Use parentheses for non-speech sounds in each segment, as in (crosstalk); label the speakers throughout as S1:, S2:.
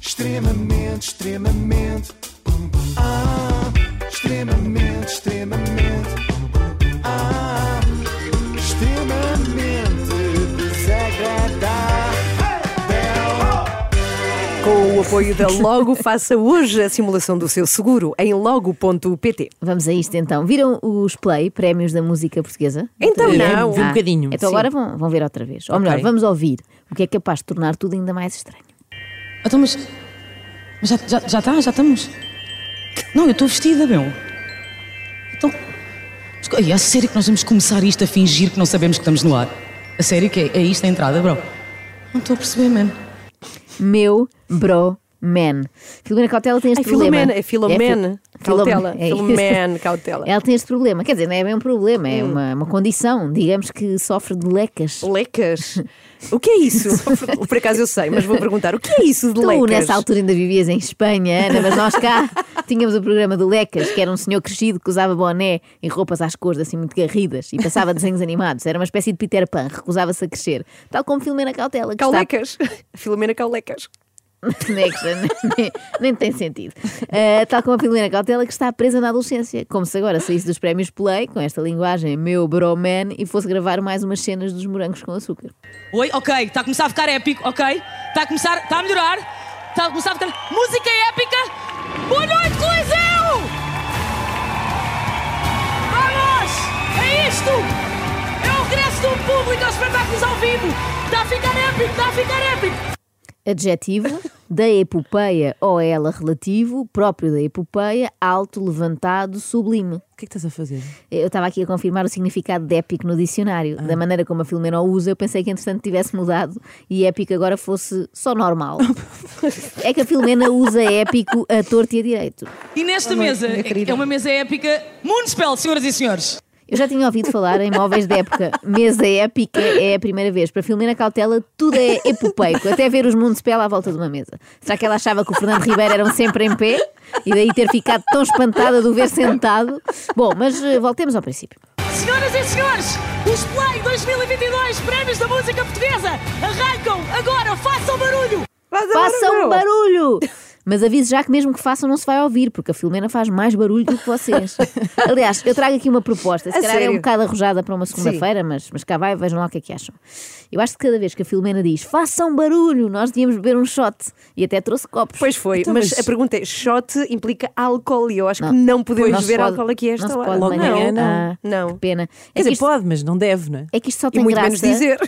S1: Extremamente, extremamente. Ah, extremamente, extremamente. Ah, extremamente desagradável.
S2: Com o apoio
S3: (laughs)
S2: da Logo, faça hoje a simulação do seu seguro em logo.pt.
S3: Vamos a isto então. Viram os Play, prémios da música portuguesa?
S2: Então
S3: Eh,
S2: não. Vi um
S4: bocadinho,
S3: Então
S4: sim.
S3: agora vão, vão ver outra vez. Ou melhor,
S4: Ok.
S3: vamos ouvir o que é capaz de tornar tudo ainda mais estranho.
S5: Então, mas. Mas já está, já, tá, já estamos. Não, eu estou vestida, meu. Então. mas co- Ei, a sério que nós vamos começar isto a fingir que não sabemos que estamos no ar? A sério que é, é isto a entrada, bro? Não estou a perceber, mano.
S3: Meu bro man. Filomena Cautela tem este
S2: Ai,
S3: problema.
S2: Filomena, é Filomena.
S3: É fi-
S2: Cautela.
S3: é isso.
S2: Filomena, cautela. Hum.
S3: Ela tem este problema. Quer dizer, não é bem um problema, é uma, uma condição. Digamos que sofre de lecas.
S2: Lecas? O que é
S3: (laughs)
S2: isso? Por acaso eu sei, mas vou perguntar: o que é isso de
S3: Tu,
S2: lecas?
S3: nessa altura, ainda vivias em Espanha, Ana, mas nós cá (laughs) tínhamos o programa do Lecas, que era um senhor crescido que usava boné e roupas às cores assim muito garridas e passava desenhos animados. Era uma espécie de Peter Pan, recusava-se a crescer. Tal como Filomena Cautela, que (laughs) está
S2: Caulecas. é (laughs) Filomena é Caulecas.
S3: Nexa, nem, nem tem sentido. Uh, tal como a Filomena Cautela, que está presa na adolescência. Como se agora saísse dos prémios Play, com esta linguagem meu bro man, e fosse gravar mais umas cenas dos morangos com açúcar.
S5: Oi, ok, está a começar a ficar épico, ok? Está a começar. Está a melhorar. Está a começar a ficar. Música é épica! Boa noite, Coliseu! Vamos! É isto! É o regresso do público aos espetáculos ao vivo! Está a ficar épico, está a ficar épico!
S3: Adjetivo da epopeia ou a ela relativo, próprio da epopeia, alto, levantado, sublime.
S4: O que é que estás a fazer?
S3: Eu estava aqui a confirmar o significado de épico no dicionário. Da maneira como a Filomena o usa, eu pensei que entretanto tivesse mudado e épico agora fosse só normal. é que a Filomena usa épico a torto e a direito.
S5: E nesta mesa, é uma mesa épica Municipal, senhoras e senhores!
S3: Eu já tinha ouvido falar em móveis de época. Mesa épica é a primeira vez. Para Filomena Cautela, tudo é epopeico. Até ver os Mundspell à volta de uma mesa. Será que ela achava que o Fernando Ribeiro eram sempre em pé? E daí ter ficado tão espantada de o ver sentado? Bom, mas eh, voltemos ao princípio.
S5: Senhoras e senhores, os Play 2022 Prémios da Música Portuguesa arrancam agora, façam barulho!
S3: Façam um barulho! Mas aviso já que mesmo que façam não se vai ouvir, porque a Filomena faz mais barulho do
S2: (laughs)
S3: que vocês. Aliás, eu trago aqui uma proposta. Se
S2: A
S3: calhar é um
S2: sério?
S3: bocado arrojada para uma segunda-feira, mas, mas cá vai, vejam lá o que é que acham. Eu acho que cada vez que a Filomena diz façam barulho, nós devíamos beber um shot. E até trouxe copos.
S2: Pois foi,
S4: Então,
S2: mas,
S4: mas-
S2: a pergunta é: shot implica álcool e eu acho que não podemos
S3: Não se
S2: beber
S3: pode-
S2: álcool aqui a é esta
S3: não se
S2: hora.
S3: pode
S4: Logo
S3: de
S4: de manhã, não.
S3: Ah,
S2: Não.
S3: Que pena.
S4: Quer
S3: É que,
S4: dizer,
S3: isto,
S4: pode, mas não deve, não é?
S3: é que isto só
S2: E
S3: tem
S2: muito
S3: graça.
S2: menos dizer.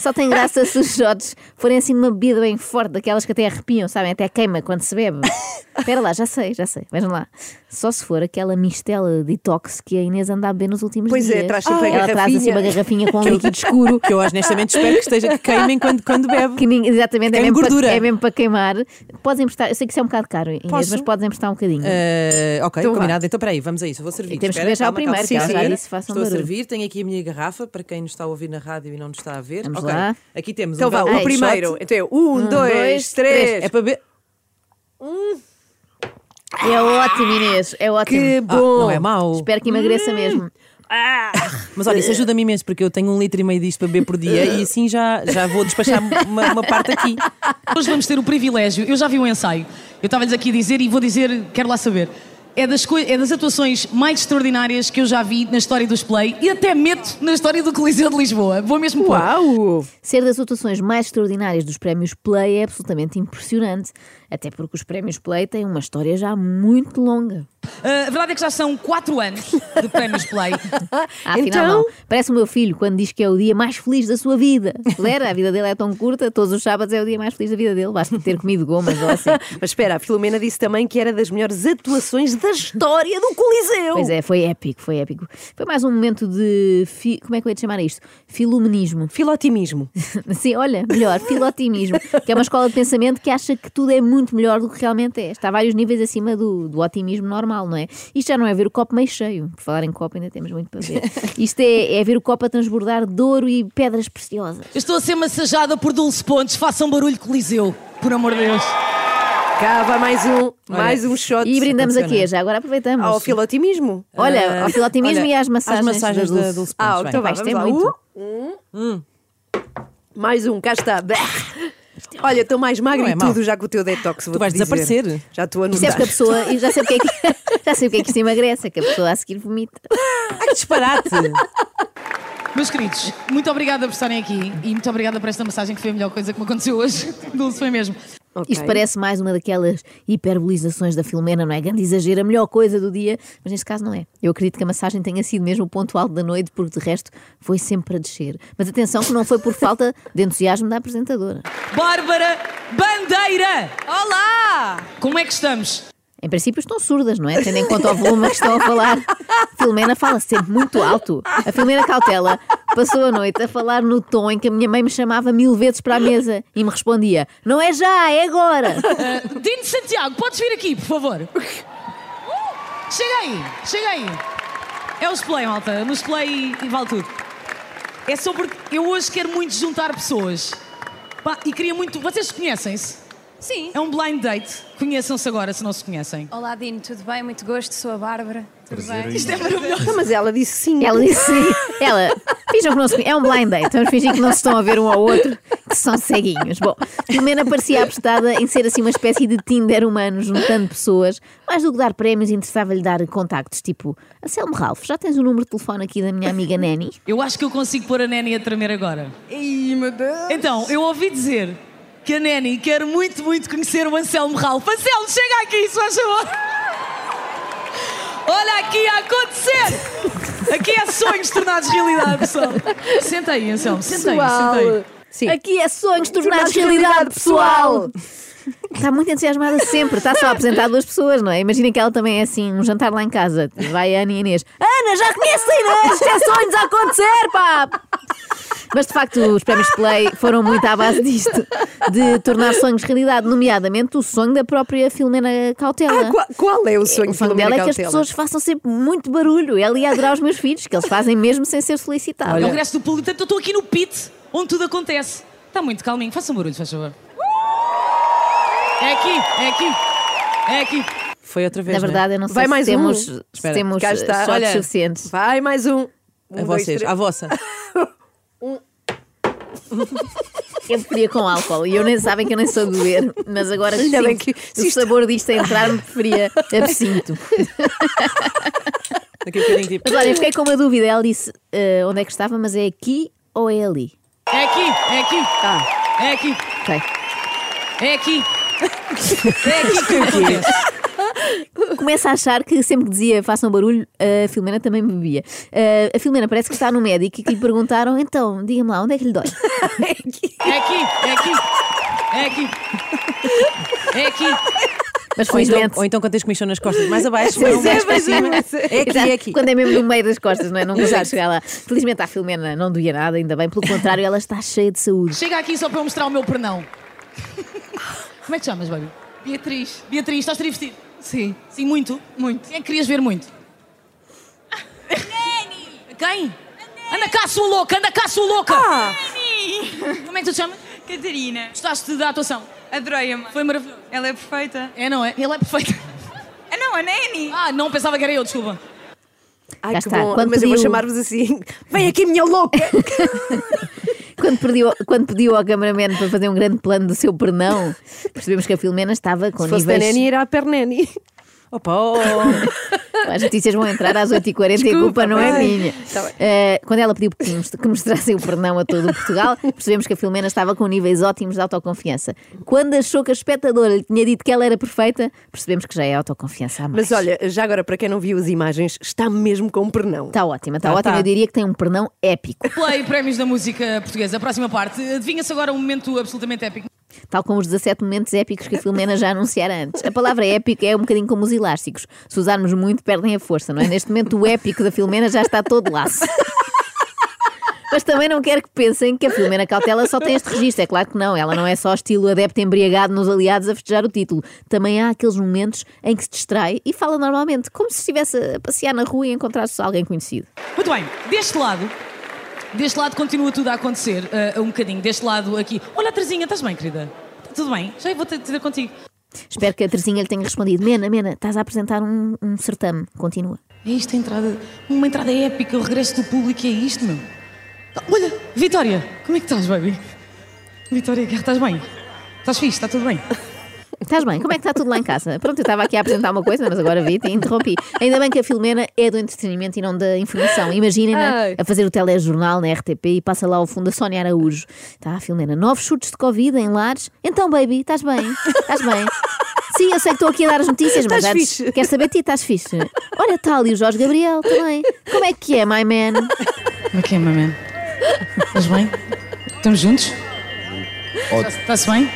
S3: Só tem graça se os shots forem assim uma bebida bem forte, daquelas que até arrepiam, sabem? Até queima quando se bebe. Espera lá, já sei, já sei. Vejam lá. Só se for aquela mistela detox que a Inês anda a beber nos últimos
S2: Pois é,
S3: dias.
S2: traz sempre a
S3: Ela traz assim
S2: garrafinha.
S3: uma garrafinha com um líquido escuro.
S4: é Que eu honestamente espero que esteja que queime enquanto quando bebe.
S3: Que nem- exatamente, é
S4: Queima
S3: mesmo, para,
S4: gordura.
S3: é mesmo para queimar. Podes emprestar, eu sei que isso é um bocado caro, Inês,
S2: Posso? É.
S3: mas podes emprestar um bocadinho.
S4: Eh, ok,
S2: Então vá.
S4: combinado. Então peraí, vamos a isso. Eu vou servir.
S3: Temos que
S4: Espera,
S3: ver já o
S4: calma, calma.
S3: primeiro, que ela já disse, façam
S4: Estou
S3: barulho.
S4: a servir. Tenho aqui a minha garrafa para quem nos está a ouvir na rádio e não nos está a ver.
S3: Vamos
S4: ok.
S3: lá.
S4: Aqui temos
S2: Então
S4: um
S2: vá,
S4: belo
S2: o
S4: shot.
S2: primeiro. Então, é um,
S3: dois,
S2: dois, três.
S4: É para beber.
S3: É ótimo, Inês, é ótimo.
S2: Que
S4: Ah,
S2: bom.
S4: não é mau.
S3: Espero que emagreça mesmo.
S4: Mas olha, isso ajuda-me imenso porque eu tenho um litro e meio disto para beber por dia e assim já, já vou despachar uma, uma parte aqui.
S5: Hoje vamos ter o privilégio. Eu já vi um ensaio. Eu estava-lhes aqui a dizer e vou dizer, quero lá saber. É das, coi- é das atuações mais extraordinárias que eu já vi na história dos Play e até meto na história do Coliseu de Lisboa. Vou mesmo pôr.
S2: Uau!
S3: Ser das atuações mais extraordinárias dos prémios Play é absolutamente impressionante, até porque os prémios Play têm uma história já muito longa.
S5: Ah, a verdade é que já são 4 anos de Prémios Play.
S3: Ah, afinal,
S2: Então?
S3: não. Parece o meu filho quando diz que é o dia mais feliz da sua vida. Galera, a vida dele é tão curta, todos os sábados é o dia mais feliz da vida dele. Basta ter comido gomas ou assim.
S2: Mas espera, a Filomena disse também que era das melhores atuações da história do Coliseu.
S3: Pois é, foi épico, foi épico. Foi mais um momento de. fi- Como é que eu ia te chamar isto? Filuminismo.
S2: Filotimismo.
S3: (laughs) Sim, olha, melhor, filotimismo, que é uma escola de pensamento que acha que tudo é muito melhor do que realmente é. Está a vários níveis acima do, do otimismo normal, não é? Isto já não é ver o copo meio cheio, por falar em copo ainda temos muito para
S4: (laughs)
S3: ver. Isto é, é ver o copo a transbordar de ouro e pedras preciosas.
S5: Eu estou a ser massajada por Dulce Pontes. Façam barulho, Coliseu. Por amor de Deus.
S2: Cá vai mais um, mais um shot.
S3: E brindamos Ah,
S4: aconteceu,
S3: aqui,
S4: não é? Ah,
S3: já agora aproveitamos.
S2: Ao filotimismo.
S3: Olha, ao filotimismo
S4: Olha,
S3: e às massagens,
S4: Às massagens
S3: da
S4: da
S3: Dulce.
S4: Dulce Pontes,
S2: Ah,
S3: é
S4: bem.
S2: então vá,
S3: Isto
S2: vamos
S3: é
S2: lá.
S3: muito.
S2: Um, mais um, cá está.
S3: Isto
S2: Olha, estou mais magra
S4: Não é
S2: e tudo
S4: mau.
S2: já com o teu detox. Vou
S4: vais desaparecer.
S2: Já estou a
S3: Percebes
S2: notar.
S3: que é a pessoa, (laughs) e já sei porque é que, já sei porque é que isto emagrece, é que a pessoa a seguir vomita.
S4: Ai, que disparate!
S5: Meus queridos, muito obrigada por estarem aqui e muito obrigada por esta massagem que foi a melhor coisa que me aconteceu hoje. (laughs) Dulce foi mesmo.
S2: Ok.
S3: Isto parece mais uma daquelas hiperbolizações da Filomena, não é? Grande exagero, a melhor coisa do dia, mas neste caso não é. Eu acredito que a massagem tenha sido mesmo o ponto alto da noite, porque de resto foi sempre a descer. Mas atenção que não foi por falta de entusiasmo da apresentadora.
S5: Bárbara Bandeira!
S4: Olá!
S5: Como é que estamos?
S3: Em princípio estão surdas, não é? Tendo em conta o volume a que estão a falar. A Filomena fala sempre muito alto. A Filomena Cautela passou a noite a falar no tom em que a minha mãe me chamava mil vezes para a mesa e me respondia: Não é já, é agora!
S5: Ah, Dino Santiago, podes vir aqui, por favor? Uh, Chega aí, chega aí. É o play, malta. No play e vale tudo. É só porque eu hoje quero muito juntar pessoas. Pá, e queria muito. Vocês conhecem-se?
S6: Sim.
S5: É um blind date. Conheçam-se agora se não se conhecem.
S6: Olá, Dino, tudo bem? Muito gosto, sou a Bárbara. Tudo bem?
S1: Isto é
S2: Não, mas ela disse sim.
S3: Ela disse: Ela, finjam que não se. É um blind date, vamos fingir que não se estão a ver um ao outro, que são ceguinhos. Bom, Filomena parecia apostada em ser assim uma espécie de Tinder humano, juntando pessoas. Mais do que dar prémios, interessava-lhe dar contactos, tipo: Anselmo Ralph, já tens o número de telefone aqui da minha amiga Nani?
S5: Eu acho que eu consigo pôr a Neni a tremer agora.
S6: Ih, meu Deus!
S5: Então, eu ouvi dizer que a Neni quer muito, muito conhecer o Anselmo Ralph. Anselmo, chega aqui, se faz favor. Olha aqui a acontecer! Aqui é sonhos tornados realidade, pessoal. Senta aí, Anselmo, senta aí, senta aí.
S2: Sim.
S3: Aqui é sonhos
S2: Tornados
S3: tornados realidade,
S2: realidade,
S3: pessoal! Está muito entusiasmada sempre, está só a apresentar duas pessoas, não é? Imagina que ela também é assim, um jantar lá em casa. Vai a Ana e a Inês. Ana, já conheces a Inês? Isto é sonhos a acontecer, pá! Mas de facto, os prémios Play foram muito à base disto, de tornar sonhos realidade, nomeadamente o sonho da própria Filomena Cautela.
S2: Ah, qual, qual é o sonho
S3: O
S2: de
S3: sonho
S2: Filomena
S3: dela é que as
S2: Cautela?
S3: pessoas façam sempre muito barulho. Ela ia adorar os meus filhos, que eles fazem mesmo sem ser solicitados.
S5: É o regresso do público, portanto, eu estou aqui no pit, onde tudo acontece. Está muito calminho, faça um barulho, se faz favor. É aqui, é aqui, é aqui.
S4: Foi outra
S3: Na
S4: vez. né?
S3: verdade, eu não sei
S2: Vai
S3: se
S2: mais
S3: temos,
S2: um.
S3: se
S4: Espera,
S3: temos eh,
S2: cá está.
S3: shots
S2: Olha,
S3: suficientes.
S2: Vai, mais um. Um,
S4: A
S2: dois,
S4: vocês,
S2: (laughs) três.
S4: à vossa.
S3: Eu preferia com álcool e eu nem sabem que eu nem sou de beber, mas agora
S2: Ainda
S3: sinto
S2: bem que-
S3: o
S2: se isto-
S3: sabor disto a entrar me preferia absinto.
S4: Daqui a bocadinho, tipo.
S3: Mas olha, eu fiquei com uma dúvida. Ela disse eh, onde é que estava, mas é aqui ou é ali?
S5: É aqui, é aqui,
S3: Ah,
S5: é aqui,
S3: ok.
S5: é aqui. É aqui que tudo acontece.
S3: Começo a achar que sempre que dizia façam barulho, a Filomena também bebia. Eh, a Filomena parece que está no médico e que lhe perguntaram então, diga-me lá, onde é que lhe dói?
S5: É aqui, é aqui, é aqui. É aqui.
S3: Mas
S4: Ou então,
S3: felizmente.
S4: ou então quando tens comichão nas costas,
S3: (laughs)
S4: mais abaixo, mais,
S2: é,
S4: mais para
S2: mas-
S4: cima. É aqui,
S3: Exato.
S4: é aqui.
S3: Quando é mesmo no meio das costas, não é? Não consegue chegar lá. Felizmente a Filomena não doía nada, ainda bem. Pelo contrário, ela está cheia de saúde.
S5: Chega aqui só para eu mostrar o meu pernão. Como é que te chamas, baby? Beatriz. Beatriz, estás travestido? Sim. Sim, muito? Muito. Quem é que querias ver muito? Nani! Quem? Anda cá, sua louca! Anda cá, sua louca! Como é que tu te chamas?
S7: Catarina,
S5: Gostaste da atuação?
S7: adorei a mãe.
S5: Foi maravilhoso.
S7: Ela é perfeita.
S5: É, não é? Ele é perfeito.
S7: Ah, não, a Nani!
S5: Ah, não pensava que era eu, desculpa.
S2: Ai,
S3: Cá
S2: que
S3: está.
S2: bom.
S3: Quando
S2: mas eu vou
S3: pediu-
S2: chamar-vos assim. Vem aqui, minha louca!
S3: Quando, pediu, quando pediu ao cameraman para fazer um grande plano do seu pernão, percebemos que a Filomena estava com
S2: Se fosse da
S3: níveis.
S2: Neni, era a Perneni.
S3: (laughs)
S4: Opa, oh,
S3: As notícias vão entrar às 8h40 e a culpa
S2: Desculpa,
S3: não é
S2: vai.
S3: minha.
S2: Tá bem.
S3: Eh, quando ela pediu que mos- que mostrassem o pernão a todo o Portugal, percebemos que a Filomena estava com níveis ótimos de autoconfiança. Quando achou que a espectadora lhe tinha dito que ela era perfeita, percebemos que já é autoconfiança a
S2: (laughs)
S3: mais.
S2: Mas olha, já agora, para quem não viu as imagens, está mesmo com um pernão.
S3: Está ótima, está
S4: Ah,
S3: ótima.
S4: tá.
S3: Eu diria que tem um pernão épico.
S5: Play Prémios da Música Portuguesa, a próxima parte. Adivinha-se agora um momento absolutamente épico.
S3: Tal como os 17 momentos épicos que a Filomena já anunciara antes. A palavra épico é um bocadinho como os elásticos. Se usarmos muito, perdem a força, não é? Neste momento, o épico da Filomena já está todo laço. Mas também não quero que pensem que a Filomena Cautela só tem este registro. É claro que não, ela não é só estilo adepto embriagado nos aliados a festejar o título. Também há aqueles momentos em que se distrai e fala normalmente, como se estivesse a passear na rua e encontrasse alguém conhecido.
S5: Muito bem, deste lado, deste lado continua tudo a acontecer, ah, um bocadinho. Deste lado aqui. Olha, Terezinha, estás bem, querida? Está tudo bem? Já vou ter ter contigo.
S3: Espero que a Teresinha lhe tenha respondido: Mena, Mena, estás a apresentar um, um certame. Continua.
S5: É isto a entrada, uma entrada épica, o regresso do público, é isto, Tá, meu. Olha, Vitória, como é que estás, baby? Vitória Guerra, estás bem? Estás fixe? Está tudo bem?
S3: Estás bem? Como é que está tudo lá em casa? Pronto, eu estava aqui a apresentar uma coisa, mas agora vi-te e interrompi. Ainda bem que a Filomena é do entretenimento e não da informação. Imaginem-na
S2: Ai.
S3: a fazer o telejornal na RTP e passa lá ao fundo a Sónia Araújo. Tá, Filomena, novos chutes de Covid em lares. Então, baby, estás bem? Estás bem? Sim, eu sei que estou aqui a dar as notícias, mas
S2: Estás
S3: antes,
S2: fixe.
S3: queres saber de ti? Estás fixe? Olha, está ali o Jorge Gabriel também. Como é que é, my man?
S5: Como é que é, meu man? Estás bem? Estamos juntos? Está-se bem?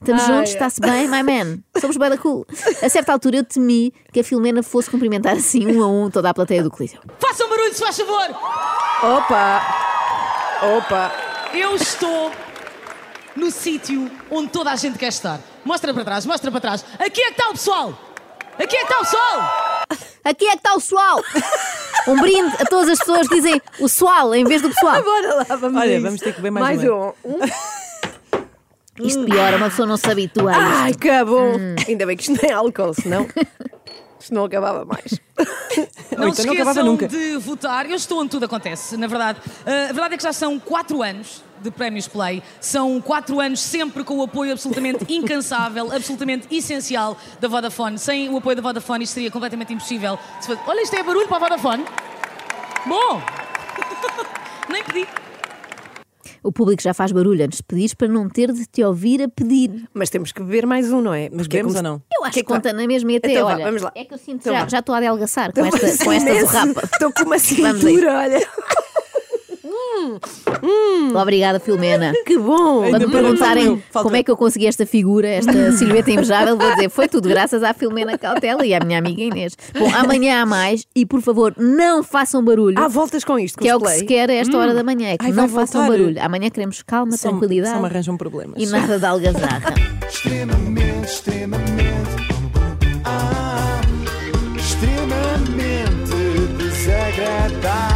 S3: Estamos juntos,
S2: é.
S3: está-se bem, my man. Somos bem da cool. A certa altura eu temi que a Filomena fosse cumprimentar assim, um a um, toda a plateia do Coliseu.
S5: Façam um barulho, se faz favor!
S2: Opa! Opa!
S5: Eu estou no sítio onde toda a gente quer estar. Mostra para trás, mostra para trás. Aqui é que está o pessoal! Aqui é que está o pessoal!
S3: Aqui é que está o pessoal. Um brinde a todas as pessoas que dizem o pessoal em vez do pessoal.
S2: Bora lá, vamos
S4: Olha,
S2: a isto.
S4: vamos ter que beber mais um.
S2: um. um.
S3: Isto piora, uma pessoa não se habitua a
S2: Ai,
S3: isto.
S2: Ah, que
S3: Hum.
S2: bom! Ainda bem que isto não é álcool,
S3: (laughs)
S2: senão. Isto não acabava mais. (laughs)
S4: Ou então não acabava nunca.
S5: de votar. Eu estou onde tudo acontece, na verdade. Ah, a verdade é que já são quatro anos de Prémios Play. São quatro anos sempre com o apoio
S4: (laughs)
S5: absolutamente incansável, absolutamente essencial da Vodafone. Sem o apoio da Vodafone isto seria completamente impossível. de se fazer. Olha, isto é barulho para a Vodafone. Bom! (laughs) Nem pedi.
S3: O público já faz barulho antes de pedir para não ter de te ouvir a pedir.
S2: Mas temos que beber mais um, não é? Mas
S4: Bebemos
S2: bebemos
S4: ou não?
S3: Eu acho que, é
S2: é
S3: conta na mesma e até,
S2: Então vá,
S3: olha,
S2: vamos lá.
S3: é que eu sinto
S2: Então
S3: já,
S2: vá.
S3: já estou a delgaçar com esta, com esta borrapa.
S2: Então, Estou com uma
S3: a
S2: cintura, olha.
S3: Obrigada, Filomena.
S2: Que bom!
S3: Quando me
S4: bem, não
S3: perguntarem
S4: falta eu.
S3: como é que eu consegui esta figura,
S2: (laughs)
S3: esta silhueta invejável, vou dizer foi tudo graças à Filomena Cautela e à minha amiga Inês. Bom, amanhã há mais e por favor não façam barulho.
S2: Há voltas com isto, com
S3: que é
S2: os
S3: o que
S2: play.
S3: se quer a esta hora da manhã, é que
S4: Hum. Ai, vai
S3: não façam
S4: voltar.
S3: barulho. Amanhã queremos calma,
S4: Só me-
S3: tranquilidade
S4: Só me arranjam problemas.
S3: e nada
S4: (laughs)
S3: de algazarra.
S1: extremamente, extremamente, ah, extremamente desagradável.